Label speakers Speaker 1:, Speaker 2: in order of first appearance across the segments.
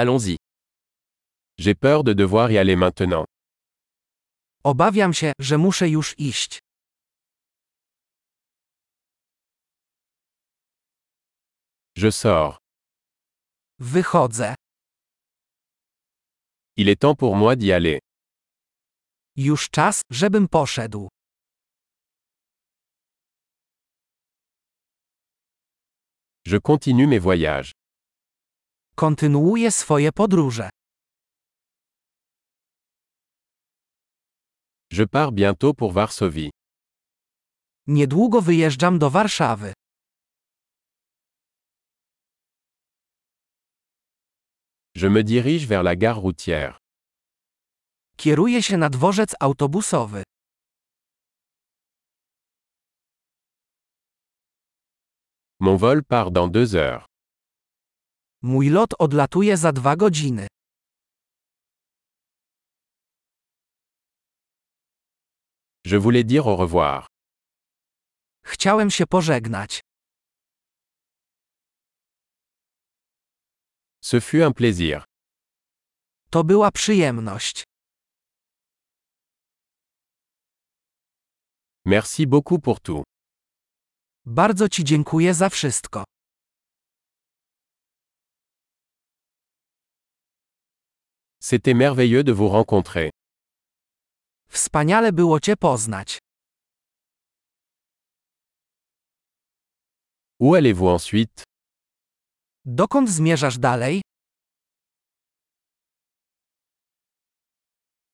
Speaker 1: Allons-y. J'ai peur de devoir y aller maintenant.
Speaker 2: Obawiam się, że muszę już iść.
Speaker 1: Je sors.
Speaker 2: Wychodzę.
Speaker 1: Il est temps pour moi d'y aller.
Speaker 2: Już czas, żebym poszedł.
Speaker 1: Je continue mes voyages.
Speaker 2: Kontynuuję swoje podróże.
Speaker 1: Je pars bientôt pour Varsovie.
Speaker 2: Niedługo wyjeżdżam do Warszawy.
Speaker 1: Je me dirige vers la gare routière.
Speaker 2: Kieruję się na dworzec autobusowy.
Speaker 1: Mon vol part dans deux heures.
Speaker 2: Mój lot odlatuje za dwa godziny.
Speaker 1: Je voulais dire au revoir.
Speaker 2: Chciałem się pożegnać.
Speaker 1: Ce fut un plaisir.
Speaker 2: To była przyjemność.
Speaker 1: Merci beaucoup pour tout.
Speaker 2: Bardzo Ci dziękuję za wszystko.
Speaker 1: C'était merveilleux de vous rencontrer.
Speaker 2: Wspaniale było Cię poznać.
Speaker 1: Où allez-vous ensuite
Speaker 2: Dokąd zmierzasz dalej?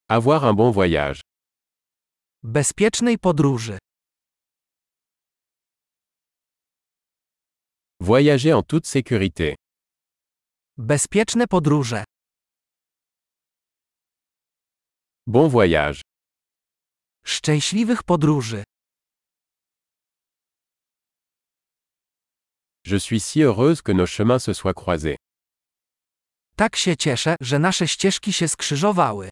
Speaker 1: Avoir un bon voyage.
Speaker 2: Bezpiecznej podróży.
Speaker 1: Voyager en toute sécurité.
Speaker 2: Bezpieczne podróże.
Speaker 1: Bon voyage.
Speaker 2: Szczęśliwych podróży.
Speaker 1: Je suis si heureuse que nos chemins se soient croisés.
Speaker 2: Tak się cieszę, że nasze ścieżki się skrzyżowały.